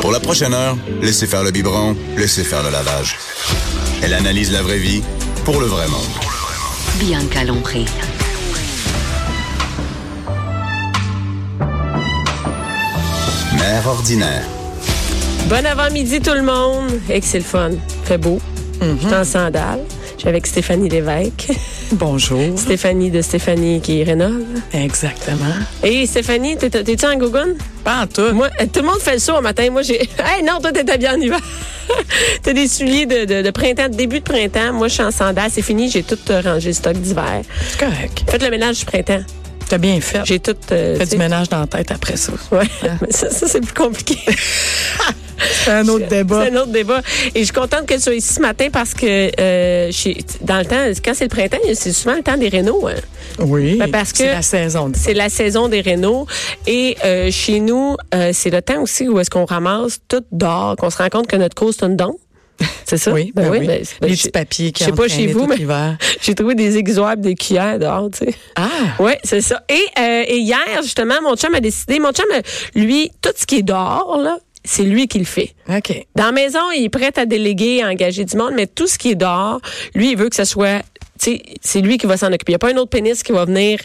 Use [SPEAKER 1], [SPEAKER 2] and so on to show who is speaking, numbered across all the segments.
[SPEAKER 1] Pour la prochaine heure, laissez faire le biberon, laissez faire le lavage. Elle analyse la vraie vie pour le vrai monde.
[SPEAKER 2] Bianca Lompré.
[SPEAKER 1] Mère ordinaire.
[SPEAKER 3] Bon avant-midi tout le monde. Et que c'est le fun. Fait beau.
[SPEAKER 4] Mhm.
[SPEAKER 3] Je suis en sandales. Je suis avec Stéphanie Lévesque.
[SPEAKER 4] Bonjour.
[SPEAKER 3] Stéphanie de Stéphanie qui rénove.
[SPEAKER 4] Exactement.
[SPEAKER 3] Et Stéphanie, t'es- t'es- t'es-tu en gougoune?
[SPEAKER 4] Pas en tout.
[SPEAKER 3] Moi, euh, tout le monde fait le saut au matin. Moi, j'ai. Hey, non, toi, t'es habillée en hiver. T'as des souliers de, de- de printemps, de début de printemps. Moi, je suis en sandales. C'est fini. J'ai tout euh, rangé le stock d'hiver.
[SPEAKER 4] c'est correct.
[SPEAKER 3] Faites le ménage du printemps.
[SPEAKER 4] T'as bien fait. J'ai
[SPEAKER 3] J'ai tout. euh, tu
[SPEAKER 4] fait
[SPEAKER 3] sais-
[SPEAKER 4] du ménage dans la tête après ça.
[SPEAKER 3] Ouais. Mais ça, ça, c'est plus compliqué.
[SPEAKER 4] C'est un autre débat.
[SPEAKER 3] C'est un autre débat. Et je suis contente que tu sois ici ce matin parce que euh, chez- dans le temps, quand c'est le printemps, c'est souvent le temps des rénaux. hein.
[SPEAKER 4] Oui.
[SPEAKER 3] Ben, parce que-
[SPEAKER 4] c'est la saison.
[SPEAKER 3] C'est la saison des rénaux. Et euh, chez nous, euh, c'est le temps aussi où est-ce qu'on ramasse tout d'or, qu'on se rend compte que notre cause, c'est une don. C'est ça?
[SPEAKER 4] Oui, ben oui.
[SPEAKER 3] ben, ben,
[SPEAKER 4] les
[SPEAKER 3] je-
[SPEAKER 4] petits papiers qui
[SPEAKER 3] je sais pas
[SPEAKER 4] ont
[SPEAKER 3] chez
[SPEAKER 4] traîné
[SPEAKER 3] vous,
[SPEAKER 4] tout
[SPEAKER 3] mais-
[SPEAKER 4] l'hiver.
[SPEAKER 3] J'ai trouvé des exoables, des cuillères dehors, tu sais.
[SPEAKER 4] Ah,
[SPEAKER 3] Oui, c'est ça. Et, euh, et hier, justement, mon chum a décidé, mon chum, lui, tout ce qui est dehors, là, c'est lui qui le fait.
[SPEAKER 4] OK.
[SPEAKER 3] Dans la maison, il est prêt à déléguer, à engager du monde, mais tout ce qui est dehors, lui, il veut que ce soit, tu sais, c'est lui qui va s'en occuper. Il n'y a pas un autre pénis qui va venir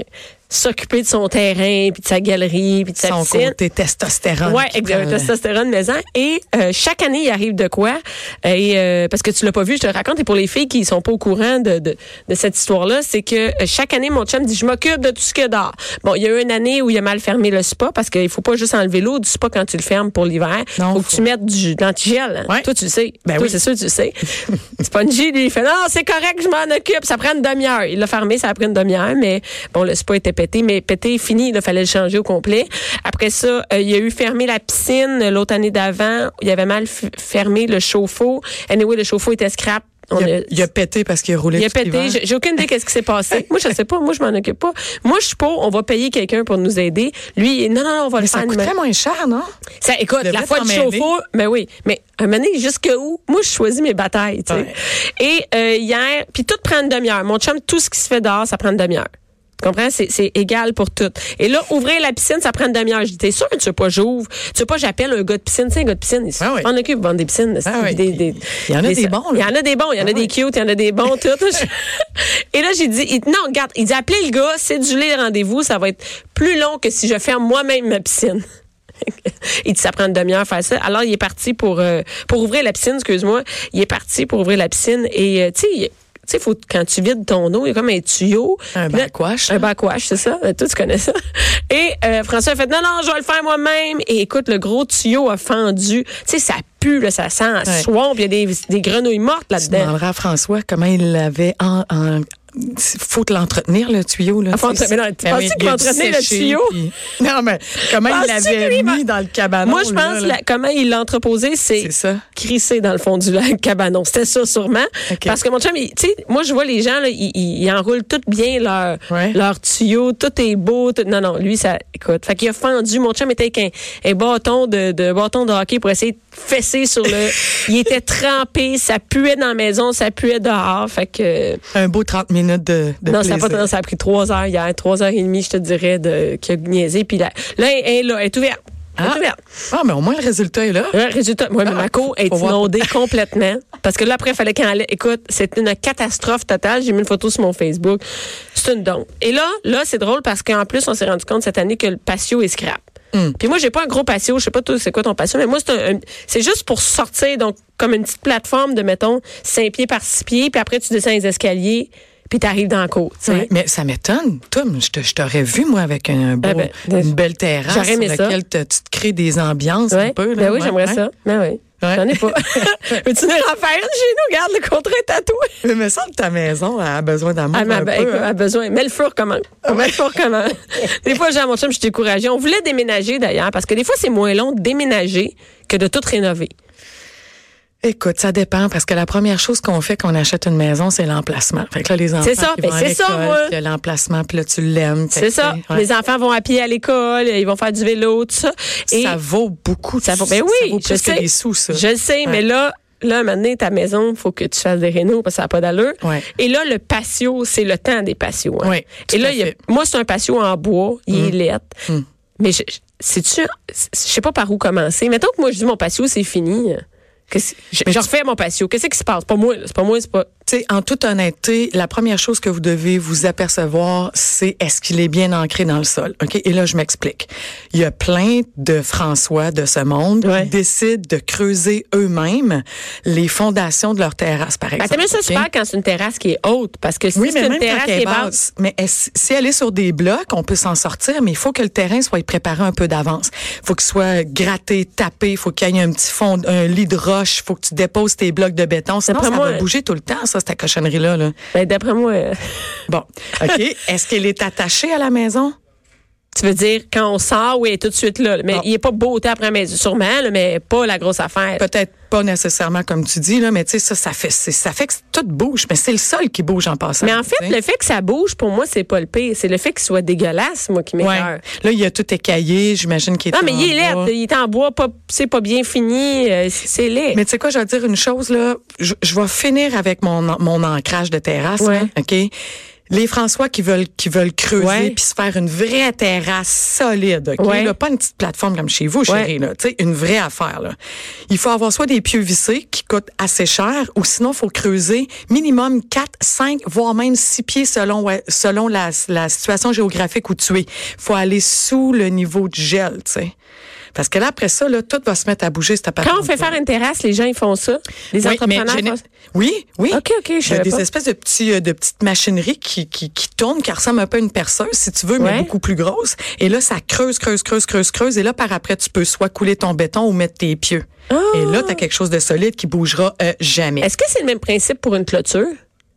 [SPEAKER 3] s'occuper de son terrain, puis de sa galerie, puis de sa
[SPEAKER 4] Son
[SPEAKER 3] piscine.
[SPEAKER 4] côté testostérone.
[SPEAKER 3] Ouais,
[SPEAKER 4] qui
[SPEAKER 3] exact,
[SPEAKER 4] prend
[SPEAKER 3] le
[SPEAKER 4] le-
[SPEAKER 3] testostérone maison. Et euh, chaque année, il arrive de quoi Et euh, parce que tu l'as pas vu, je te le raconte. Et pour les filles qui sont pas au courant de, de, de cette histoire-là, c'est que euh, chaque année, mon chum dit je m'occupe de tout ce que dort. Bon, il y a eu une année où il a mal fermé le spa parce qu'il faut pas juste enlever l'eau du spa quand tu le fermes pour l'hiver.
[SPEAKER 4] Non,
[SPEAKER 3] faut, que
[SPEAKER 4] faut-
[SPEAKER 3] tu mettes du de l'antigel. hein.
[SPEAKER 4] Ouais.
[SPEAKER 3] Toi, tu le sais.
[SPEAKER 4] Ben
[SPEAKER 3] Toi,
[SPEAKER 4] oui.
[SPEAKER 3] c'est sûr, tu le sais. Spongy, lui, il fait non, c'est correct, je m'en occupe. Ça prend une demi-heure. Il l'a fermé, ça a pris une demi-heure, mais bon, le spa était pété, mais pété, fini, il fallait le changer au complet. Après ça, euh, il y a eu fermé la piscine euh, l'autre année d'avant. Il avait mal f- fermé le chauffe-eau. Anyway, le chauffe-eau était scrap. On
[SPEAKER 4] Il a,
[SPEAKER 3] a-
[SPEAKER 4] il a pété parce qu'il a roulé
[SPEAKER 3] il a
[SPEAKER 4] tout l'hiver.
[SPEAKER 3] pété. J'ai- J'ai aucune idée qu'est-ce qui s'est passé. Moi, je sais pas. Moi, je m'en occupe pas. Moi, je suis pour. On va payer quelqu'un pour nous aider. Lui, il est, non, non, non, on va
[SPEAKER 4] Ah, Mais
[SPEAKER 3] le
[SPEAKER 4] ça
[SPEAKER 3] faire.
[SPEAKER 4] coûterait
[SPEAKER 3] nous-mêmes.
[SPEAKER 4] moins cher, non?
[SPEAKER 3] Ça, écoute, la
[SPEAKER 4] Devrait
[SPEAKER 3] fois du
[SPEAKER 4] t'en mêler.
[SPEAKER 3] chauffe-eau, mais oui, mais à un moment donné, jusque où? Moi, je choisis mes batailles, tu sais.
[SPEAKER 4] Ouais.
[SPEAKER 3] Et euh, hier, puis tout prend une demi-heure. Mon chum, tout ce qui se fait dehors, ça prend une demi-heure. Tu comprends? C'est, c'est égal pour tout. Et là, ouvrir la piscine, ça prend une demi-heure. Je dis, t'es sûr que tu veux pas j'ouvre? Tu veux pas j'appelle un gars de piscine? Tu sais, un gars de piscine, il
[SPEAKER 4] Ah oui.
[SPEAKER 3] on occupe, vendre des piscines. c'est-
[SPEAKER 4] oui.
[SPEAKER 3] des- des-
[SPEAKER 4] Il y en a des bons,
[SPEAKER 3] Il y
[SPEAKER 4] là.
[SPEAKER 3] en a des bons, il y en a
[SPEAKER 4] Ah
[SPEAKER 3] des
[SPEAKER 4] oui.
[SPEAKER 3] cute, il y en a des bons, tout. Et là, j'ai dit, il- non, regarde, il dit, appelez le gars, cédulez le rendez-vous, ça va être plus long que si je ferme moi-même ma piscine. il dit, ça prend une demi-heure à faire ça. Alors, il est parti pour, euh, pour ouvrir la piscine, excuse-moi. Il est parti pour ouvrir la piscine et, euh, tu sais, il- tu sais, faut, quand tu vides ton eau, il y a comme un tuyau.
[SPEAKER 4] Un
[SPEAKER 3] Puis là-
[SPEAKER 4] backwash,
[SPEAKER 3] Un
[SPEAKER 4] hein?
[SPEAKER 3] backwash, c'est ça. Euh, Toi, tu connais ça. Et euh, François a fait, non, non, je vais le faire moi-même. Et écoute, le gros tuyau a fendu. Tu sais, ça pue, là, ça sent à
[SPEAKER 4] Ouais.
[SPEAKER 3] swamp. Il y a des, des grenouilles mortes
[SPEAKER 4] Tu
[SPEAKER 3] là-dedans.
[SPEAKER 4] demanderas à François comment il l'avait en... en- faut l'entretenir, le tuyau. Là,
[SPEAKER 3] Ah, faut
[SPEAKER 4] tu sais,
[SPEAKER 3] entre- mais non, tu
[SPEAKER 4] c'est- Ben
[SPEAKER 3] penses-tu
[SPEAKER 4] oui,
[SPEAKER 3] qu'il
[SPEAKER 4] il a
[SPEAKER 3] va
[SPEAKER 4] dû
[SPEAKER 3] entretenir le
[SPEAKER 4] sécher,
[SPEAKER 3] tuyau?
[SPEAKER 4] puis- Non, mais comment il
[SPEAKER 3] Penses-tu
[SPEAKER 4] l'avait
[SPEAKER 3] qu'il va-
[SPEAKER 4] mis dans le cabanon?
[SPEAKER 3] Moi, je pense,
[SPEAKER 4] là, là?
[SPEAKER 3] la- comment il l'a entreposé, c'est
[SPEAKER 4] C'est ça.
[SPEAKER 3] crissé dans le fond du lac Cabanon. C'était ça sûrement.
[SPEAKER 4] OK.
[SPEAKER 3] Parce que mon chum, il- tu sais, moi je vois les gens, là, ils, ils- ils enroulent tout bien leur,
[SPEAKER 4] Ouais.
[SPEAKER 3] leur tuyau, tout est beau. tout- Non, non, lui, ça, écoute, fait qu'il a fendu. Mon chum était avec un, un bâton de, de bâton de hockey pour essayer de fesser sur le... il était trempé, ça puait dans la maison, ça puait dehors. Fait que...
[SPEAKER 4] Un beau 30 minutes de, de
[SPEAKER 3] non, ça a,
[SPEAKER 4] plaisir.
[SPEAKER 3] pas, non, ça a pris trois heures hier, trois heures et demie, je te dirais, de, qu'il a niaisé. Puis là, là, elle, est là, elle est ouverte. Elle est
[SPEAKER 4] Ah.
[SPEAKER 3] ouverte.
[SPEAKER 4] Ah, mais au moins, le résultat est là.
[SPEAKER 3] Le résultat, moi, ma cour est
[SPEAKER 4] Ah, Faut voir.
[SPEAKER 3] inondée complètement. Parce que là, après, il fallait qu'elle allait. Écoute, c'est une catastrophe totale. J'ai mis une photo sur mon Facebook. C'est une don. Et là, là, c'est drôle parce qu'en plus, on s'est rendu compte cette année que le patio est scrap.
[SPEAKER 4] Hmm.
[SPEAKER 3] Puis moi, j'ai pas un gros patio. Je sais pas toi, c'est quoi ton patio, mais moi, c'est un- un- c'est juste pour sortir, donc, comme une petite plateforme de, mettons, 5 pieds par 6 pieds. Puis après, tu descends les escaliers, puis t'arrives dans la cour. tu sais.
[SPEAKER 4] Ouais, mais ça m'étonne. Tom, je te- je t'aurais vu, moi, avec un beau,
[SPEAKER 3] Ah ben,
[SPEAKER 4] une belle terrasse
[SPEAKER 3] j'aurais
[SPEAKER 4] sur
[SPEAKER 3] aimé ça.
[SPEAKER 4] laquelle te- tu te crées des ambiances
[SPEAKER 3] Ouais.
[SPEAKER 4] un peu. là,
[SPEAKER 3] ben oui,
[SPEAKER 4] ouais,
[SPEAKER 3] j'aimerais
[SPEAKER 4] ouais.
[SPEAKER 3] ça. Ben oui.
[SPEAKER 4] Ouais.
[SPEAKER 3] J'en ai pas. Peux-tu venir en faire une chez nous? Garde le contrat est tatoué.
[SPEAKER 4] Mais il me semble que ta maison elle a besoin d'amour.
[SPEAKER 3] Ah, mais
[SPEAKER 4] un
[SPEAKER 3] ben,
[SPEAKER 4] peu,
[SPEAKER 3] écoute,
[SPEAKER 4] hein. Ah
[SPEAKER 3] a besoin. Mais le four comment? Mais le four comment? des fois, j'ai à mon chum, je suis découragée. On voulait déménager d'ailleurs, parce que des fois, c'est moins long de déménager que de tout rénover.
[SPEAKER 4] Écoute, ça dépend parce que la première chose qu'on fait quand on achète une maison, c'est l'emplacement. Fait que là, les enfants
[SPEAKER 3] C'est ça,
[SPEAKER 4] qui
[SPEAKER 3] ben,
[SPEAKER 4] vont à
[SPEAKER 3] c'est ça,
[SPEAKER 4] l'école,
[SPEAKER 3] moi.
[SPEAKER 4] puis il y a l'emplacement, puis là, tu l'aimes. Fait
[SPEAKER 3] C'est
[SPEAKER 4] que,
[SPEAKER 3] ça.
[SPEAKER 4] tu sais, ouais.
[SPEAKER 3] Les enfants vont à pied à l'école, ils vont faire du vélo, tout ça. Et
[SPEAKER 4] ça vaut beaucoup.
[SPEAKER 3] ça vaut,
[SPEAKER 4] mais
[SPEAKER 3] ben oui,
[SPEAKER 4] vaut
[SPEAKER 3] je
[SPEAKER 4] plus
[SPEAKER 3] sais.
[SPEAKER 4] que des sous, ça.
[SPEAKER 3] Je le sais, mais là, là, maintenant, ta maison, faut que tu fasses des rénaux parce que ça n'a pas d'allure.
[SPEAKER 4] Ouais.
[SPEAKER 3] Et là, le patio, c'est le temps des patios. hein.
[SPEAKER 4] Oui, tout
[SPEAKER 3] Et là,
[SPEAKER 4] à
[SPEAKER 3] il y a-
[SPEAKER 4] fait. Mm.
[SPEAKER 3] moi, c'est un patio en bois, il est lettre. Mais je, je- sais-tu, je sais pas par où commencer. Mettons que moi, je dis mon patio, c'est fini. Que c'est- je, je refais mon patio. Qu'est-ce qui se passe? Pas moi, là. c'est pas moi, c'est pas.
[SPEAKER 4] Tu sais, en toute honnêteté, la première chose que vous devez vous apercevoir, c'est est-ce qu'il est bien ancré dans le sol. Ok, et là je m'explique. Il y a plein de François de ce monde
[SPEAKER 3] Ouais.
[SPEAKER 4] qui décident de creuser eux-mêmes les fondations de leur terrasse, par exemple.
[SPEAKER 3] Attends, mais Ben, Ah, ça,
[SPEAKER 4] ok?
[SPEAKER 3] super quand c'est une terrasse qui est haute. Parce que si
[SPEAKER 4] Oui,
[SPEAKER 3] c'est
[SPEAKER 4] mais
[SPEAKER 3] une
[SPEAKER 4] même
[SPEAKER 3] terrasse
[SPEAKER 4] quand
[SPEAKER 3] qui
[SPEAKER 4] elle
[SPEAKER 3] est
[SPEAKER 4] est
[SPEAKER 3] basse,
[SPEAKER 4] basse, mais est-ce- si elle est sur des blocs, on peut s'en sortir, mais il faut que le terrain soit préparé un peu d'avance. Il faut qu'il soit gratté, tapé, il faut qu'il y ait un petit fond, un lit de roche, il faut que tu déposes tes blocs de béton, sinon
[SPEAKER 3] D'après
[SPEAKER 4] ça
[SPEAKER 3] moi,
[SPEAKER 4] va bouger tout le temps, ça, cette cochonnerie-là. Là.
[SPEAKER 3] ben, d'après moi, euh,
[SPEAKER 4] Bon, OK. Est-ce qu'elle est attachée à la maison?
[SPEAKER 3] tu veux dire quand on sort, oui, tout de suite là. Mais
[SPEAKER 4] Bon.
[SPEAKER 3] il est pas beau autant après la maison, sûrement, là, mais pas la grosse affaire.
[SPEAKER 4] Peut-être pas nécessairement comme tu dis, là, mais tu sais, ça, ça fait, c'est- ça fait que tout bouge, mais c'est le sol qui bouge en passant.
[SPEAKER 3] Mais en fait,
[SPEAKER 4] tu sais.
[SPEAKER 3] le fait que ça bouge, pour moi, c'est pas le pire. C'est le fait qu'il soit dégueulasse, moi, qui
[SPEAKER 4] Ouais.
[SPEAKER 3] m'écoeure.
[SPEAKER 4] Là, il y a tout écaillé, j'imagine qu'il est
[SPEAKER 3] Non, mais
[SPEAKER 4] en
[SPEAKER 3] il est laid.
[SPEAKER 4] bois.
[SPEAKER 3] Il est en bois, pas, c'est pas bien fini. euh, c'est laid.
[SPEAKER 4] Mais tu sais quoi, je vais te dire une chose, là. Je, je vais finir avec mon, en- mon ancrage de terrasse,
[SPEAKER 3] Ouais.
[SPEAKER 4] hein, OK? Les François qui veulent qui veulent
[SPEAKER 3] Ouais.
[SPEAKER 4] creuser puis se faire une vraie terrasse solide, OK?
[SPEAKER 3] Ouais.
[SPEAKER 4] Là, pas une petite plateforme comme chez vous, chérie, là. Tu sais, une vraie affaire, là. Il faut avoir soit des pieux vissés qui coûtent assez cher ou sinon, il faut creuser minimum 4, 5, voire même 6 pieds selon, ouais, selon la, la situation géographique où tu es. faut aller sous le niveau de gel, tu sais. Parce que là, après ça, là, tout va se mettre à bouger, cette
[SPEAKER 3] quand on fait
[SPEAKER 4] patente-là.
[SPEAKER 3] faire une terrasse, les gens, ils font ça. Les
[SPEAKER 4] Oui, mais
[SPEAKER 3] entrepreneurs
[SPEAKER 4] géné-
[SPEAKER 3] font ça.
[SPEAKER 4] Oui, oui.
[SPEAKER 3] OK, OK, je
[SPEAKER 4] Il y a
[SPEAKER 3] savais
[SPEAKER 4] des
[SPEAKER 3] pas.
[SPEAKER 4] espèces de petits, euh, de petites machineries qui, qui, qui tournent, qui ressemblent un peu à une perceuse, si tu veux,
[SPEAKER 3] Ouais.
[SPEAKER 4] mais beaucoup plus grosse. Et là, ça creuse, creuse, creuse, creuse, creuse. Et là, par après, tu peux soit couler ton béton ou mettre tes pieux. Et là, tu
[SPEAKER 3] Ah!
[SPEAKER 4] as quelque chose de solide qui bougera euh, jamais.
[SPEAKER 3] Est-ce que c'est le même principe pour une clôture?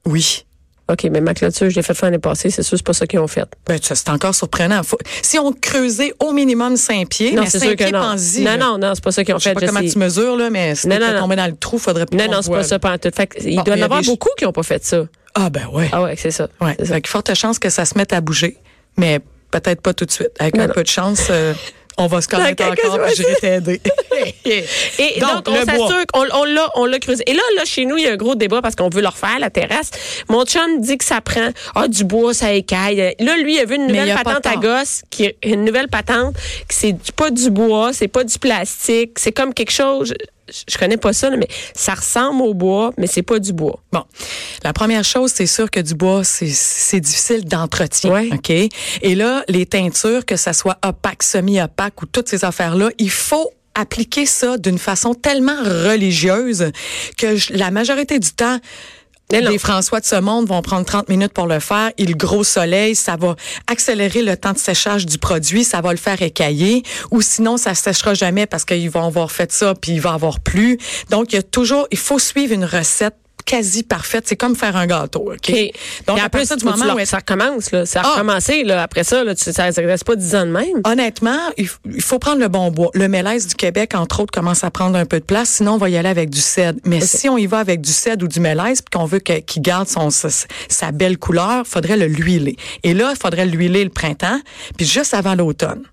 [SPEAKER 4] Oui.
[SPEAKER 3] OK, mais ma clôture, je l'ai fait faire l'année passée. C'est sûr, c'est pas ça qu'ils ont fait.
[SPEAKER 4] Ben, ça, c'est encore surprenant. Faut- Si on creusait au minimum 5 pieds,
[SPEAKER 3] Non,
[SPEAKER 4] mais
[SPEAKER 3] c'est
[SPEAKER 4] 5
[SPEAKER 3] sûr
[SPEAKER 4] pieds,
[SPEAKER 3] que non.
[SPEAKER 4] pense-y,
[SPEAKER 3] Non,
[SPEAKER 4] là.
[SPEAKER 3] non, non, c'est pas ça qu'ils ont
[SPEAKER 4] Je sais
[SPEAKER 3] fait.
[SPEAKER 4] pas
[SPEAKER 3] je
[SPEAKER 4] comment
[SPEAKER 3] sais.
[SPEAKER 4] tu mesures, là, mais si
[SPEAKER 3] Non,
[SPEAKER 4] t'étais
[SPEAKER 3] non, non.
[SPEAKER 4] tombé dans le trou, faudrait plus
[SPEAKER 3] Non,
[SPEAKER 4] qu'on
[SPEAKER 3] non, c'est
[SPEAKER 4] voit,
[SPEAKER 3] pas
[SPEAKER 4] là.
[SPEAKER 3] ça pendant tout. Fait que il
[SPEAKER 4] Bon,
[SPEAKER 3] doit y en
[SPEAKER 4] il y a
[SPEAKER 3] avoir
[SPEAKER 4] des-
[SPEAKER 3] beaucoup qui ont pas fait ça.
[SPEAKER 4] Ah, ben ouais.
[SPEAKER 3] Ah ouais, c'est ça.
[SPEAKER 4] Ouais.
[SPEAKER 3] C'est ça.
[SPEAKER 4] Fait que forte chance que ça se mette à bouger, mais peut-être pas tout de suite. Avec
[SPEAKER 3] Non,
[SPEAKER 4] un
[SPEAKER 3] non.
[SPEAKER 4] peu de chance, euh, on va se connaître
[SPEAKER 3] Dans quelques
[SPEAKER 4] encore puis je vais t'aider.
[SPEAKER 3] Et donc, on
[SPEAKER 4] le bois.
[SPEAKER 3] s'assure qu'on on l'a, on l'a creusé. Et là, là, chez nous, il y a un gros débat parce qu'on veut le refaire, la terrasse. Mon chum dit que ça prend ah, du bois, ça écaille. Là, lui, il a vu une
[SPEAKER 4] Mais
[SPEAKER 3] nouvelle
[SPEAKER 4] il a pas
[SPEAKER 3] patente à
[SPEAKER 4] tort.
[SPEAKER 3] gosse, qui, une nouvelle patente, que c'est du- pas du bois, c'est pas du plastique, c'est comme quelque chose, je, je connais pas ça, là, mais ça ressemble au bois, mais c'est pas du bois.
[SPEAKER 4] Bon, la première chose, c'est sûr que du bois, c'est- c'est difficile d'entretien.
[SPEAKER 3] Ouais.
[SPEAKER 4] OK? Et là, les teintures, que ça soit opaque, semi-opaque ou toutes ces affaires-là, il faut appliquer ça d'une façon tellement religieuse que je- la majorité du temps,
[SPEAKER 3] Mais non.
[SPEAKER 4] les François de ce monde vont prendre 30 minutes pour le faire. Il gros soleil, ça va accélérer le temps de séchage du produit, ça va le faire écailler, ou sinon ça séchera jamais parce qu'ils vont avoir fait ça puis il va avoir plu. Donc il y a toujours, il faut suivre une recette quasi parfaite. C'est comme faire un gâteau, ok.
[SPEAKER 3] Et Puis en
[SPEAKER 4] Donc à partir
[SPEAKER 3] plus,
[SPEAKER 4] du
[SPEAKER 3] faut que tu
[SPEAKER 4] moment
[SPEAKER 3] le-
[SPEAKER 4] où
[SPEAKER 3] ça recommence, là, ça a
[SPEAKER 4] Ah!
[SPEAKER 3] recommencé, là, après ça, là, tu, ça, ça reste pas dix ans de même.
[SPEAKER 4] Honnêtement, il f- il faut prendre le bon bois. Le mélèze du Québec, entre autres, commence à prendre un peu de place. Sinon, on va y aller avec du cèdre. Mais si on y va avec du cèdre ou du mélèze, puis qu'on veut que- qu'il garde son, sa, sa belle couleur, faudrait le l'huiler. Et là, il faudrait l'huiler le printemps, puis juste avant l'automne.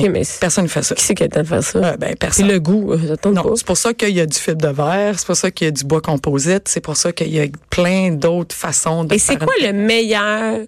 [SPEAKER 3] OK, mais c'est-
[SPEAKER 4] Personne ne fait ça.
[SPEAKER 3] qui c'est qui a le temps de faire ça?
[SPEAKER 4] Ah! Euh, ben,
[SPEAKER 3] Puis
[SPEAKER 4] personne.
[SPEAKER 3] le goût, euh, ça tombe pas.
[SPEAKER 4] Non, c'est pour ça qu'il y a du fibre de verre, c'est pour ça qu'il y a du bois composite, c'est pour ça qu'il y a plein d'autres façons de
[SPEAKER 3] Et c'est
[SPEAKER 4] faire
[SPEAKER 3] quoi le meilleur,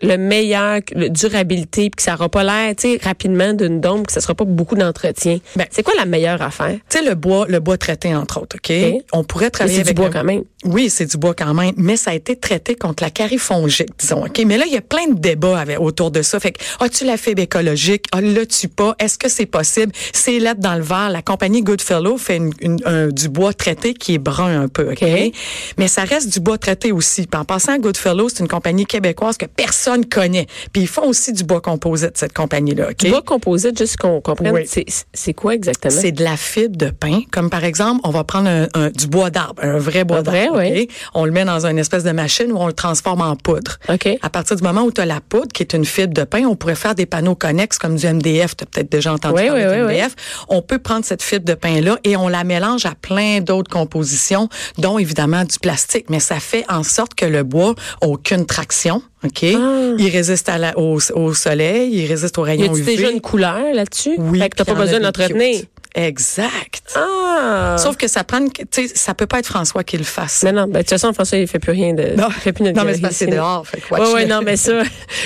[SPEAKER 3] le meilleur le durabilité, puis que ça n'aura pas l'air, tu sais, rapidement d'une dôme, que ça sera pas beaucoup d'entretien.
[SPEAKER 4] Ben,
[SPEAKER 3] c'est quoi la meilleure affaire?
[SPEAKER 4] Tu sais, le bois, le bois traité, entre autres, OK?
[SPEAKER 3] Ok.
[SPEAKER 4] On pourrait
[SPEAKER 3] Mais
[SPEAKER 4] travailler
[SPEAKER 3] c'est du
[SPEAKER 4] avec
[SPEAKER 3] bois
[SPEAKER 4] le-
[SPEAKER 3] quand même.
[SPEAKER 4] Oui, c'est du bois quand même, mais ça a été traité contre la carie fongique, disons, OK? Mais là, il y a plein de débats avec- autour de ça. Fait que, as-tu la fibre écologique? Ah, l'as-tu pas? Est-ce que c'est possible? C'est lettre dans le verre. La compagnie Goodfellow fait une- une- un- du bois traité qui est brun un peu, OK?
[SPEAKER 3] Ok.
[SPEAKER 4] Mais ça reste du bois traité aussi. Puis en passant, Goodfellow, c'est une compagnie québécoise que personne personne connaît. Puis ils font aussi du bois composite, cette compagnie-là. OK?
[SPEAKER 3] Bois composite, juste qu'on comprenne,
[SPEAKER 4] Oui.
[SPEAKER 3] c'est- c'est quoi exactement?
[SPEAKER 4] C'est de la fibre de pin, comme par exemple, on va prendre un- un- du bois d'arbre, un vrai bois
[SPEAKER 3] Un Ah, vrai,
[SPEAKER 4] d'arbre.
[SPEAKER 3] oui.
[SPEAKER 4] OK? On le met dans une espèce de machine où on le transforme en poudre.
[SPEAKER 3] OK.
[SPEAKER 4] À partir du moment où tu as la poudre, qui est une fibre de pin, on pourrait faire des panneaux connexes comme du MDF. Tu as peut-être déjà entendu
[SPEAKER 3] Oui,
[SPEAKER 4] parler
[SPEAKER 3] oui,
[SPEAKER 4] du
[SPEAKER 3] oui,
[SPEAKER 4] MDF. On peut prendre cette fibre de pin-là et on la mélange à plein d'autres compositions, dont évidemment du plastique. Mais ça fait en sorte que le bois n'a aucune traction. OK? Il résiste à la- au, au soleil, il résiste aux
[SPEAKER 3] Ah. Y
[SPEAKER 4] rayons
[SPEAKER 3] a-tu
[SPEAKER 4] UV.
[SPEAKER 3] déjà une couleur là-dessus?
[SPEAKER 4] Oui.
[SPEAKER 3] Fait que t'as
[SPEAKER 4] puis
[SPEAKER 3] pas
[SPEAKER 4] il y en
[SPEAKER 3] besoin de
[SPEAKER 4] a des
[SPEAKER 3] l'entretenir.
[SPEAKER 4] cute. Exact.
[SPEAKER 3] Ah!
[SPEAKER 4] Sauf que ça prend, une- tu sais, ça peut pas être François qui le fasse.
[SPEAKER 3] Non, non, ben, de toute façon, François, il fait plus rien de.
[SPEAKER 4] Non.
[SPEAKER 3] il fait plus notre
[SPEAKER 4] Non, mais c'est
[SPEAKER 3] galerie
[SPEAKER 4] parce que
[SPEAKER 3] ici,
[SPEAKER 4] c'est
[SPEAKER 3] là.
[SPEAKER 4] dehors, fait que
[SPEAKER 3] ouais,
[SPEAKER 4] watch
[SPEAKER 3] ouais,
[SPEAKER 4] le.
[SPEAKER 3] non, mais ça,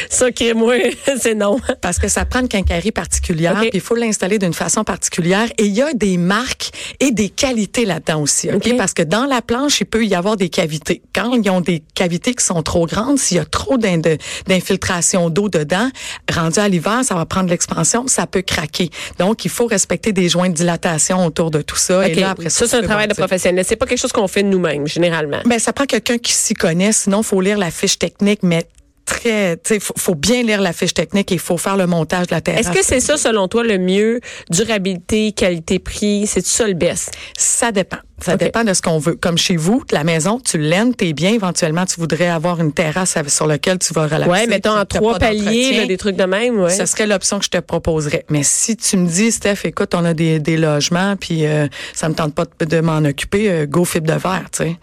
[SPEAKER 3] ça, qui est moi, c'est non.
[SPEAKER 4] Parce que ça prend une quincaillerie particulière,
[SPEAKER 3] OK.
[SPEAKER 4] puis il faut l'installer d'une façon particulière. Et il y a des marques et des qualités là-dedans aussi, ok?
[SPEAKER 3] OK.
[SPEAKER 4] Parce que dans la planche, il peut y avoir des cavités. Quand ils ont des cavités qui sont trop grandes, s'il y a trop d'in- de- d'infiltration d'eau dedans, rendu à l'hiver, ça va prendre de l'expansion, ça peut craquer. Donc, il faut respecter des joints de dilatation autour de tout ça. Et
[SPEAKER 3] OK.
[SPEAKER 4] là, après ça,
[SPEAKER 3] ça, c'est
[SPEAKER 4] tu
[SPEAKER 3] un
[SPEAKER 4] peux
[SPEAKER 3] travail de
[SPEAKER 4] bâtir.
[SPEAKER 3] professionnel. C'est pas quelque chose qu'on fait nous-mêmes, généralement.
[SPEAKER 4] Ben, ça prend quelqu'un qui s'y connaît, sinon faut lire la fiche technique, mais très, tu sais, faut, faut bien lire la fiche technique et il faut faire le montage de la terrasse.
[SPEAKER 3] Est-ce que c'est ça, selon toi, le mieux? Durabilité, qualité, prix, c'est ça le best?
[SPEAKER 4] ça dépend? Ça
[SPEAKER 3] OK.
[SPEAKER 4] dépend de ce qu'on veut. Comme chez vous, la maison, tu l'aines, t'es bien. Éventuellement, tu voudrais avoir une terrasse avec- sur laquelle tu vas relaxer.
[SPEAKER 3] ouais, mettons
[SPEAKER 4] puis
[SPEAKER 3] en
[SPEAKER 4] t'as
[SPEAKER 3] trois
[SPEAKER 4] pas
[SPEAKER 3] paliers, là,
[SPEAKER 4] d'entretien.
[SPEAKER 3] des trucs de même, ouais.
[SPEAKER 4] Ce serait l'option que je te proposerais. Mais si tu me dis, Steph, écoute, on a des, des logements, puis euh, ça me tente pas de, de m'en occuper, euh, go fibre de verre, tu sais.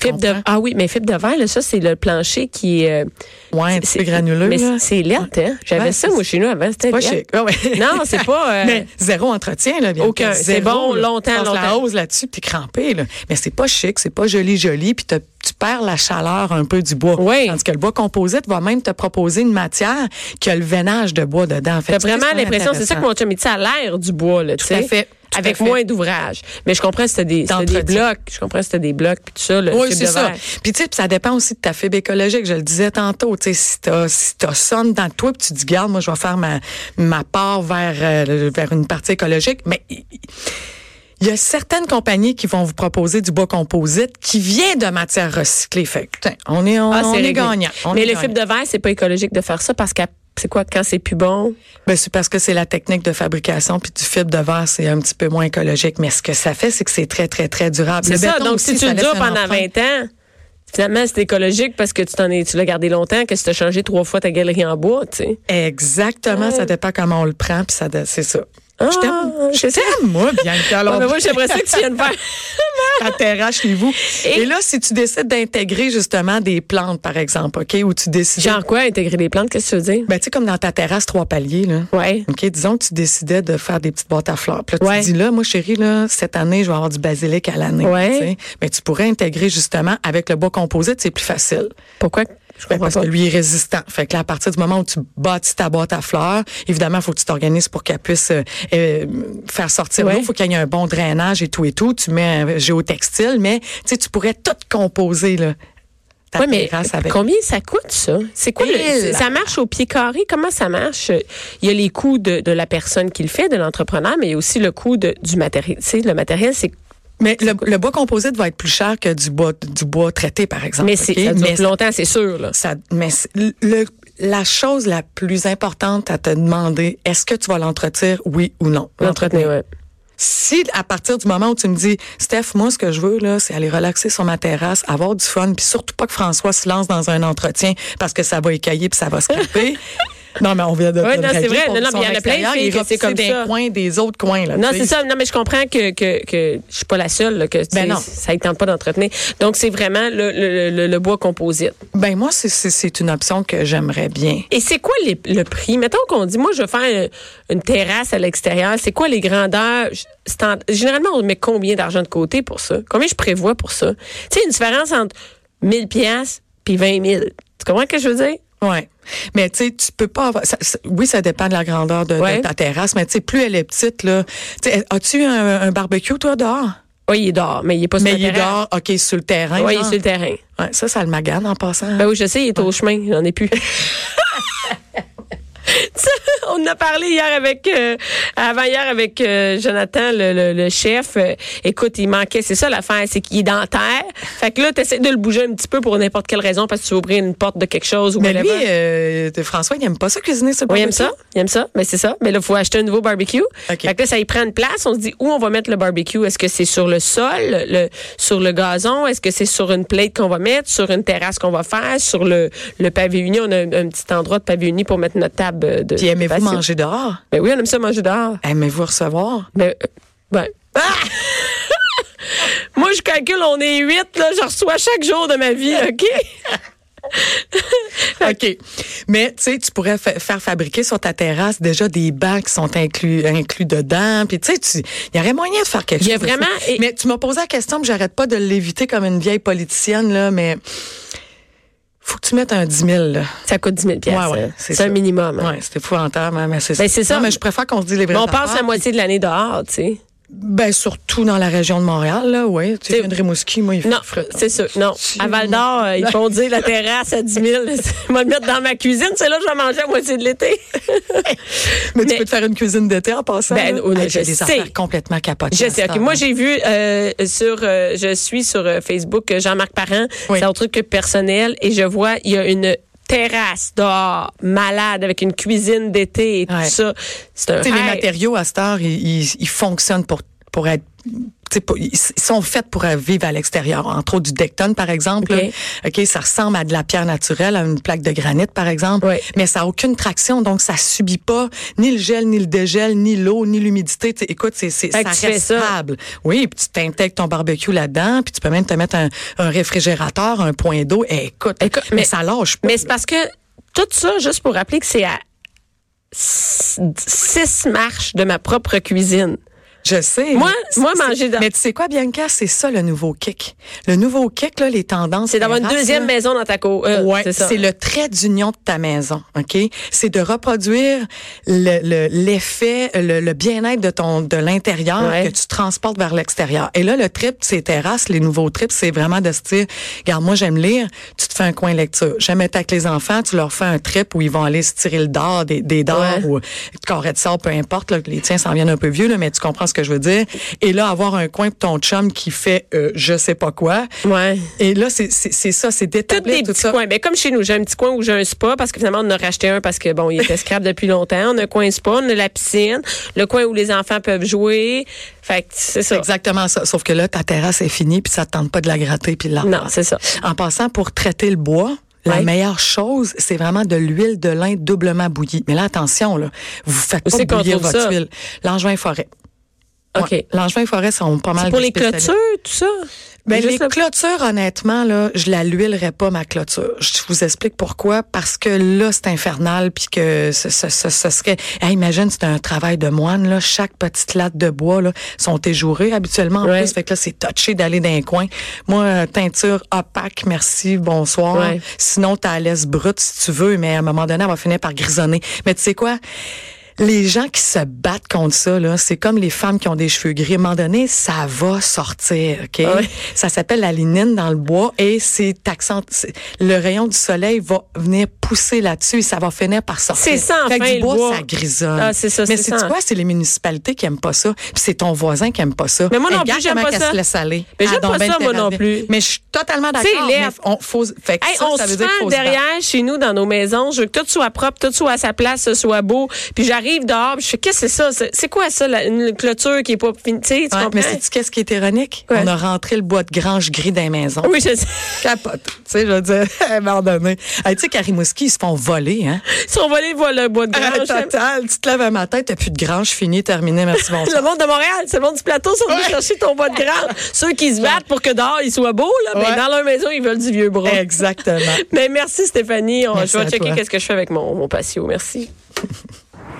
[SPEAKER 4] Tu
[SPEAKER 3] Fibre de-
[SPEAKER 4] comprends?
[SPEAKER 3] ah oui, mais fibre de verre, là, ça, c'est le plancher qui est. euh,
[SPEAKER 4] Ouais, un petit peu granuleux.
[SPEAKER 3] Mais
[SPEAKER 4] là.
[SPEAKER 3] c'est lerte, hein? J'avais
[SPEAKER 4] Ouais,
[SPEAKER 3] ça,
[SPEAKER 4] c'est-
[SPEAKER 3] moi, chez nous avant, c'était
[SPEAKER 4] Pas
[SPEAKER 3] laid.
[SPEAKER 4] chic. Ah Ouais, ouais.
[SPEAKER 3] Non, c'est pas, euh,
[SPEAKER 4] Mais zéro entretien, là. bien
[SPEAKER 3] Aucun.
[SPEAKER 4] que
[SPEAKER 3] C'est
[SPEAKER 4] zéro,
[SPEAKER 3] bon,
[SPEAKER 4] là.
[SPEAKER 3] longtemps,
[SPEAKER 4] Tu passes la
[SPEAKER 3] longtemps.
[SPEAKER 4] hausse là-dessus, puis t'es crampé, là. Mais c'est pas chic, c'est pas joli, joli, puis t'as- tu perds la chaleur un peu du bois.
[SPEAKER 3] Oui.
[SPEAKER 4] Tandis que le bois composite va même te proposer une matière qui a le veinage de bois dedans. Fait
[SPEAKER 3] T'as
[SPEAKER 4] que c'est
[SPEAKER 3] vraiment
[SPEAKER 4] extrêmement
[SPEAKER 3] l'impression, c'est ça que
[SPEAKER 4] intéressant.
[SPEAKER 3] mon chum il dit, ça a l'air du bois, là, tu
[SPEAKER 4] à
[SPEAKER 3] sais.
[SPEAKER 4] fait, tout à
[SPEAKER 3] Avec
[SPEAKER 4] fait.
[SPEAKER 3] moins d'ouvrage. Mais je comprends c'était des, c'était des
[SPEAKER 4] D'entretien.
[SPEAKER 3] blocs. Je comprends c'était des blocs, puis tout ça, le
[SPEAKER 4] Oui,
[SPEAKER 3] type
[SPEAKER 4] c'est
[SPEAKER 3] de
[SPEAKER 4] ça.
[SPEAKER 3] verre.
[SPEAKER 4] Puis tu sais, puis ça dépend aussi de ta fibre écologique. Je le disais tantôt, tu sais, si t'as si t'as sonne dans toi, puis tu dis garde, moi je vais faire ma ma part vers euh, vers une partie écologique, mais il- il y a certaines compagnies qui vont vous proposer du bois composite qui vient de matières recyclées. Fait que, putain, on est on,
[SPEAKER 3] Ah,
[SPEAKER 4] on
[SPEAKER 3] c'est
[SPEAKER 4] est
[SPEAKER 3] réglé.
[SPEAKER 4] gagnant. On
[SPEAKER 3] Mais
[SPEAKER 4] est
[SPEAKER 3] le
[SPEAKER 4] gagnant.
[SPEAKER 3] fibre de verre, c'est pas écologique de faire ça parce que c'est quoi quand c'est plus bon?
[SPEAKER 4] Ben, c'est parce que c'est la technique de fabrication puis du fibre de verre, c'est un petit peu moins écologique, mais ce que ça fait, c'est que c'est très très très durable.
[SPEAKER 3] C'est
[SPEAKER 4] Le
[SPEAKER 3] ça.
[SPEAKER 4] béton
[SPEAKER 3] Donc,
[SPEAKER 4] aussi,
[SPEAKER 3] si tu
[SPEAKER 4] ça
[SPEAKER 3] le
[SPEAKER 4] laisse
[SPEAKER 3] dures
[SPEAKER 4] une
[SPEAKER 3] pendant
[SPEAKER 4] empreinte.
[SPEAKER 3] 20 ans, finalement, c'est écologique parce que tu t'en es, tu l'as gardé longtemps, que tu t'as changé trois fois ta galerie en bois, tu sais.
[SPEAKER 4] Exactement,
[SPEAKER 3] Euh.
[SPEAKER 4] ça dépend comment on le prend, puis ça, dé- c'est ça. je t'aime, je
[SPEAKER 3] Ah, c'est ça.
[SPEAKER 4] t'aime, moi, Bianca.
[SPEAKER 3] Ouais,
[SPEAKER 4] Alors,
[SPEAKER 3] mais moi, j'aimerais ça que tu viennes faire.
[SPEAKER 4] ta terrasse chez vous.
[SPEAKER 3] Et-
[SPEAKER 4] Et, là, si tu décides d'intégrer justement des plantes, par exemple, OK, ou tu décides...
[SPEAKER 3] Genre quoi, intégrer les plantes, qu'est-ce que tu veux dire?
[SPEAKER 4] Ben, tu sais, comme dans ta terrasse, trois paliers, là.
[SPEAKER 3] Ouais.
[SPEAKER 4] OK, disons que tu décidais de faire des petites boîtes à fleurs. Puis là,
[SPEAKER 3] Ouais.
[SPEAKER 4] tu te dis, là, moi, chérie, là, cette année, je vais avoir du basilic à l'année.
[SPEAKER 3] Ouais.
[SPEAKER 4] tu sais. Mais tu pourrais intégrer, justement, avec le bois composite, c'est plus facile.
[SPEAKER 3] Pourquoi? Je
[SPEAKER 4] Ben,
[SPEAKER 3] comprends
[SPEAKER 4] parce
[SPEAKER 3] pas.
[SPEAKER 4] que lui est résistant. Fait que là, à partir du moment où tu bâtis ta boîte à fleurs, évidemment, il faut que tu t'organises pour qu'elle puisse euh, euh, faire sortir
[SPEAKER 3] Ouais.
[SPEAKER 4] l'eau. Il faut qu'il y ait un bon drainage et tout et tout. Tu mets un géotextile, mais tu sais, tu pourrais tout composer là. Ta
[SPEAKER 3] Ouais, mais
[SPEAKER 4] terrasse avec.
[SPEAKER 3] combien ça coûte, ça? C'est quoi le-
[SPEAKER 4] Et là.
[SPEAKER 3] Ça marche au pied carré? Comment ça marche? Il y a les coûts de, de la personne qui le fait, de l'entrepreneur, mais il y a aussi le coût de- du matériel. Tu sais, le matériel, c'est.
[SPEAKER 4] Mais le, le bois composite va être plus cher que du bois du bois traité, par exemple.
[SPEAKER 3] Ah, Mais c'est,
[SPEAKER 4] OK?
[SPEAKER 3] ça dure
[SPEAKER 4] Mais
[SPEAKER 3] plus longtemps, c'est sûr, là.
[SPEAKER 4] ça- mais c'est- le, la chose la plus importante à te demander, est-ce que tu vas l'entretenir, oui ou non?
[SPEAKER 3] L'entretenir, ouais.
[SPEAKER 4] si à partir du moment où tu me dis Steph moi ce que je veux là c'est aller relaxer sur ma terrasse avoir du fun puis surtout pas que François se lance dans un entretien parce que ça va écailler puis ça va se camper. non mais on vient de
[SPEAKER 3] Ouais,
[SPEAKER 4] de
[SPEAKER 3] non, c'est
[SPEAKER 4] régler
[SPEAKER 3] vrai.
[SPEAKER 4] pour
[SPEAKER 3] Non, non,
[SPEAKER 4] son
[SPEAKER 3] puis il y en a plein de
[SPEAKER 4] extérieur,
[SPEAKER 3] filles
[SPEAKER 4] il
[SPEAKER 3] que c'est
[SPEAKER 4] refait
[SPEAKER 3] comme
[SPEAKER 4] des
[SPEAKER 3] ça.
[SPEAKER 4] coins des autres coins là,
[SPEAKER 3] Non,
[SPEAKER 4] Euh, tu sais.
[SPEAKER 3] c'est ça. Non, mais je comprends que, que, que je suis pas la seule, là, que tu
[SPEAKER 4] Ben
[SPEAKER 3] sais,
[SPEAKER 4] non.
[SPEAKER 3] ça ne tente pas d'entretenir. Donc, c'est vraiment le, le- le- le bois composite.
[SPEAKER 4] Ben moi c'est- c'est c'est une option que j'aimerais bien.
[SPEAKER 3] Et c'est quoi les- le prix? Mettons qu'on dit, moi, je veux faire euh, une, une terrasse à l'extérieur. C'est quoi les grandeurs? Je- c'est en- généralement, on met combien d'argent de côté pour ça? Combien je prévois pour ça? Tu sais, une différence entre 1000 pièces puis 20 000. Tu comprends ce que je veux dire?
[SPEAKER 4] Ouais. Mais tu sais, tu peux pas avoir. ça- ça- oui, ça dépend de la grandeur de, de
[SPEAKER 3] Ouais.
[SPEAKER 4] ta terrasse, mais tu sais, plus elle est petite, là. Tu sais, As-tu un, un barbecue, toi, dehors?
[SPEAKER 3] Oui, il est dehors, mais il est pas sur
[SPEAKER 4] Mais
[SPEAKER 3] le
[SPEAKER 4] il est
[SPEAKER 3] terrain.
[SPEAKER 4] dehors, OK, sur le terrain.
[SPEAKER 3] Oui, il est
[SPEAKER 4] genre.
[SPEAKER 3] sur le terrain.
[SPEAKER 4] Ouais, ça, ça le magane en passant. hein.
[SPEAKER 3] Ben oui, je sais, il est au chemin. J'en ai plus. on en a parlé hier avec, euh, avant hier avec euh, Jonathan, le, le- le chef. Euh, écoute, il manquait, c'est ça l'affaire, c'est qu'il est dans la terre. Fait que là, t'essaies de le bouger un petit peu pour n'importe quelle raison, parce que tu veux ouvrir une porte de quelque chose ou
[SPEAKER 4] Mais lui,
[SPEAKER 3] whatever.
[SPEAKER 4] euh, de François, il n'aime pas ça cuisiner sur le
[SPEAKER 3] Oui, il aime
[SPEAKER 4] barbecue.
[SPEAKER 3] ça. Il aime ça. Mais c'est ça. Mais là, il faut acheter un nouveau barbecue.
[SPEAKER 4] OK.
[SPEAKER 3] Fait que là, ça y prend une place. On se dit où on va mettre le barbecue. Est-ce que c'est sur le sol, le, sur le gazon? Est-ce que c'est sur une plate qu'on va mettre, sur une terrasse qu'on va faire, sur le, le pavé uni? On a un, un petit endroit de pavé uni pour mettre notre table euh, de.
[SPEAKER 4] Puis aimez-vous
[SPEAKER 3] patio.
[SPEAKER 4] manger dehors?
[SPEAKER 3] Ben oui, on aime ça manger dehors.
[SPEAKER 4] Aimez-vous recevoir?
[SPEAKER 3] Mais, euh, ben. Moi, je calcule, on est huit, là. Je reçois chaque jour de ma vie, OK?
[SPEAKER 4] OK. Mais tu sais, tu pourrais fa- faire fabriquer sur ta terrasse déjà des bacs qui sont inclus, inclus dedans. Puis tu sais, tu- il y aurait moyen de faire quelque
[SPEAKER 3] Il y
[SPEAKER 4] chose.
[SPEAKER 3] a
[SPEAKER 4] de
[SPEAKER 3] vraiment-
[SPEAKER 4] fou. Mais tu m'as posé la question, puis j'arrête pas de l'éviter comme une vieille politicienne, là, mais faut que tu mettes un 10 000. Là.
[SPEAKER 3] Ça coûte 10 000
[SPEAKER 4] Ouais, ouais,
[SPEAKER 3] hein. C'est un minimum. hein.
[SPEAKER 4] Ouais, c'est épouvantable, hein, mais c'est
[SPEAKER 3] Ben, c'est ça.
[SPEAKER 4] Non, mais je préfère qu'on se dise les vraies
[SPEAKER 3] Mais on passe
[SPEAKER 4] affaires.
[SPEAKER 3] la moitié de l'année dehors, tu sais.
[SPEAKER 4] Ben, surtout dans la région de Montréal, là, ouais. Tu
[SPEAKER 3] C'est-
[SPEAKER 4] viens de Rimouski, moi, il fait
[SPEAKER 3] Non,
[SPEAKER 4] fret, hein.
[SPEAKER 3] c'est sûr. Non. À Val d'Or, euh, ils font dire la terrasse à 10 000. Je vais le mettre dans ma cuisine. C'est là que je vais manger à moitié de l'été.
[SPEAKER 4] Mais, tu
[SPEAKER 3] Mais-
[SPEAKER 4] peux te faire une cuisine d'été en passant.
[SPEAKER 3] Ben,
[SPEAKER 4] là.
[SPEAKER 3] oh, non,
[SPEAKER 4] Hey, j'ai
[SPEAKER 3] je
[SPEAKER 4] des
[SPEAKER 3] sais.
[SPEAKER 4] affaires complètement capotées.
[SPEAKER 3] Je
[SPEAKER 4] à
[SPEAKER 3] sais.
[SPEAKER 4] cette
[SPEAKER 3] OK. Moi,
[SPEAKER 4] heure-là.
[SPEAKER 3] j'ai vu euh, sur, euh, je suis sur euh, Facebook euh, Jean-Marc Parent.
[SPEAKER 4] Oui.
[SPEAKER 3] C'est un truc personnel et je vois, il y a une terrasse dehors, malade, avec une cuisine d'été et
[SPEAKER 4] Ouais.
[SPEAKER 3] tout ça. C'est un
[SPEAKER 4] Tu sais, les
[SPEAKER 3] rêve.
[SPEAKER 4] matériaux à cette heure, ils, ils- ils fonctionnent pour, pour être. tu sais, pour- ils sont faits pour euh, vivre à l'extérieur. Entre autres, du Decton, par exemple.
[SPEAKER 3] OK.
[SPEAKER 4] là. OK, ça ressemble à de la pierre naturelle, à une plaque de granit, par exemple.
[SPEAKER 3] Oui.
[SPEAKER 4] Mais ça n'a aucune traction, donc ça subit pas ni le gel, ni le dégel, ni l'eau, ni l'humidité. Tu sais, Écoute, c'est, c'est, ça
[SPEAKER 3] Fait que tu fais
[SPEAKER 4] reste
[SPEAKER 3] ça.
[SPEAKER 4] stable. Oui, puis tu t'intègres ton barbecue là-dedans, puis tu peux même te mettre un, un réfrigérateur, un point d'eau. Eh, écoute,
[SPEAKER 3] Écoute,
[SPEAKER 4] mais,
[SPEAKER 3] mais-
[SPEAKER 4] ça lâche pas.
[SPEAKER 3] Mais c'est parce que tout ça, juste pour rappeler que c'est à six six marches de ma propre cuisine.
[SPEAKER 4] Je sais.
[SPEAKER 3] Moi-
[SPEAKER 4] C'est-
[SPEAKER 3] moi,
[SPEAKER 4] c'est-
[SPEAKER 3] manger dans-
[SPEAKER 4] Mais tu sais quoi, Bianca, c'est ça le nouveau kick. Le nouveau kick, là, les tendances.
[SPEAKER 3] C'est d'avoir une
[SPEAKER 4] terrasses,
[SPEAKER 3] deuxième
[SPEAKER 4] là.
[SPEAKER 3] maison dans ta cour. Euh,
[SPEAKER 4] Ouais,
[SPEAKER 3] c'est ça.
[SPEAKER 4] c'est le trait d'union de ta maison, ok C'est de reproduire le- le- l'effet, le, le bien-être de ton de l'intérieur
[SPEAKER 3] Ouais.
[SPEAKER 4] que tu transportes vers l'extérieur. Et là, le trip, ces terrasses, les nouveaux trips, c'est vraiment de se dire, regarde, moi j'aime lire, tu te fais un coin lecture. J'aime être avec les enfants, tu leur fais un trip où ils vont aller se tirer le dard, des, des
[SPEAKER 3] Ouais.
[SPEAKER 4] dards ou de carré de sable, peu importe. là, les tiens s'en viennent un peu vieux, là, mais tu comprends ce que je veux dire. Et là, avoir un coin pour ton chum qui fait, euh, je sais pas quoi.
[SPEAKER 3] Ouais.
[SPEAKER 4] Et là, c'est c'est- c'est ça, c'est
[SPEAKER 3] Toutes
[SPEAKER 4] d'établir
[SPEAKER 3] des
[SPEAKER 4] tout
[SPEAKER 3] petits
[SPEAKER 4] ça.
[SPEAKER 3] coins. Ben, comme chez nous, j'ai un petit coin où j'ai un spa parce que finalement, on en a racheté un parce que bon, il était scrap depuis longtemps. On a un coin spa, on a la piscine, le coin où les enfants peuvent jouer. Fait que c'est ça.
[SPEAKER 4] Exactement ça. Sauf que là, ta terrasse est finie, puis ça te tente pas de la gratter, puis de la
[SPEAKER 3] Non, c'est ça.
[SPEAKER 4] En passant, pour traiter le bois, la
[SPEAKER 3] Ouais.
[SPEAKER 4] meilleure chose, c'est vraiment de l'huile de lin doublement bouillie. Mais là, attention, là, vous faites
[SPEAKER 3] Où
[SPEAKER 4] pas
[SPEAKER 3] c'est qu'on
[SPEAKER 4] bouillir
[SPEAKER 3] trouve
[SPEAKER 4] votre
[SPEAKER 3] ça?
[SPEAKER 4] huile. L'angevin forêt.
[SPEAKER 3] OK.
[SPEAKER 4] Ouais. L'angevin et forêt sont pas mal
[SPEAKER 3] C'est pour
[SPEAKER 4] des
[SPEAKER 3] les
[SPEAKER 4] spécialistes.
[SPEAKER 3] clôtures, tout ça.
[SPEAKER 4] Ben,
[SPEAKER 3] Juste
[SPEAKER 4] les
[SPEAKER 3] le-
[SPEAKER 4] clôtures, honnêtement, là, je la l'huilerais pas, ma clôture. Je vous explique pourquoi. Parce que là, c'est infernal, puis que ce, ce, ce- ce serait... Hey, imagine, c'est un travail de moine, là. Chaque petite latte de bois, là, sont éjourées habituellement. En
[SPEAKER 3] Ouais.
[SPEAKER 4] plus, fait que là, c'est touché d'aller dans un coin. Moi, euh, teinture opaque, merci, bonsoir.
[SPEAKER 3] Ouais.
[SPEAKER 4] Sinon, t'as la laisse brute, si tu veux, mais à un moment donné, elle va finir par grisonner. Mais tu sais quoi? Les gens qui se battent contre ça, là, c'est comme les femmes qui ont des cheveux gris. À un moment donné, ça va sortir, OK?
[SPEAKER 3] Ah Ouais.
[SPEAKER 4] Ça s'appelle la lignine dans le bois et c'est accent, c'est- le rayon du soleil va venir pousser là-dessus et ça va finir par sortir.
[SPEAKER 3] C'est ça,
[SPEAKER 4] Fait que
[SPEAKER 3] enfin,
[SPEAKER 4] du
[SPEAKER 3] le
[SPEAKER 4] bois,
[SPEAKER 3] bois.
[SPEAKER 4] ça grisonne.
[SPEAKER 3] Ah, c'est ça,
[SPEAKER 4] Mais
[SPEAKER 3] c'est
[SPEAKER 4] c'est
[SPEAKER 3] ça.
[SPEAKER 4] quoi? C'est les municipalités qui aiment pas ça. Puis c'est ton voisin qui aime pas ça.
[SPEAKER 3] Mais moi non plus,
[SPEAKER 4] Hey, regarde
[SPEAKER 3] j'aime
[SPEAKER 4] comment
[SPEAKER 3] pas
[SPEAKER 4] qu'elle
[SPEAKER 3] ça.
[SPEAKER 4] se laisse aller.
[SPEAKER 3] Mais
[SPEAKER 4] Elle
[SPEAKER 3] j'aime
[SPEAKER 4] a donc
[SPEAKER 3] pas
[SPEAKER 4] ben
[SPEAKER 3] ça,
[SPEAKER 4] le
[SPEAKER 3] moi non
[SPEAKER 4] terrain.
[SPEAKER 3] plus.
[SPEAKER 4] Mais je suis totalement d'accord.
[SPEAKER 3] C'est
[SPEAKER 4] mais
[SPEAKER 3] laid.
[SPEAKER 4] on faut, fait que
[SPEAKER 3] Hey,
[SPEAKER 4] ça,
[SPEAKER 3] on
[SPEAKER 4] ça
[SPEAKER 3] se
[SPEAKER 4] veut dire qu'il
[SPEAKER 3] fend
[SPEAKER 4] faut se battre.
[SPEAKER 3] derrière chez nous dans nos maisons. Je veux que tout soit propre, tout soit à sa place, ce soit beau. Puis j'arrive dehors, puis je fais qu'est-ce que c'est ça C'est- C'est quoi ça la- Une clôture qui est pas finie, tu sais, tu
[SPEAKER 4] Ouais,
[SPEAKER 3] comprends
[SPEAKER 4] mais c'est qu'est-ce qui est ironique?
[SPEAKER 3] Ouais.
[SPEAKER 4] On a rentré le bois de grange gris dans les maisons.
[SPEAKER 3] Oui, je sais.
[SPEAKER 4] Capote. Tu sais, je veux dire, à un moment donné. Hey, tu sais, qu'à Rimouski, ils se font voler, hein?
[SPEAKER 3] Si on va aller voir le bois de
[SPEAKER 4] Ah,
[SPEAKER 3] grange.
[SPEAKER 4] total. Tu te lèves un matin, t'as plus de grange, fini, terminé, merci,
[SPEAKER 3] Le
[SPEAKER 4] bonsoir.
[SPEAKER 3] monde de Montréal, c'est le monde du plateau, sont venus chercher ton bois de grange. Ceux qui se battent pour que dehors, il soit beau, là,
[SPEAKER 4] Ouais.
[SPEAKER 3] ben, dans leur maison, ils veulent du vieux bras.
[SPEAKER 4] Exactement.
[SPEAKER 3] Mais merci Stéphanie. On-
[SPEAKER 4] Merci
[SPEAKER 3] je
[SPEAKER 4] à
[SPEAKER 3] vais checker
[SPEAKER 4] toi.
[SPEAKER 3] qu'est-ce que je fais avec mon, mon patio. Merci.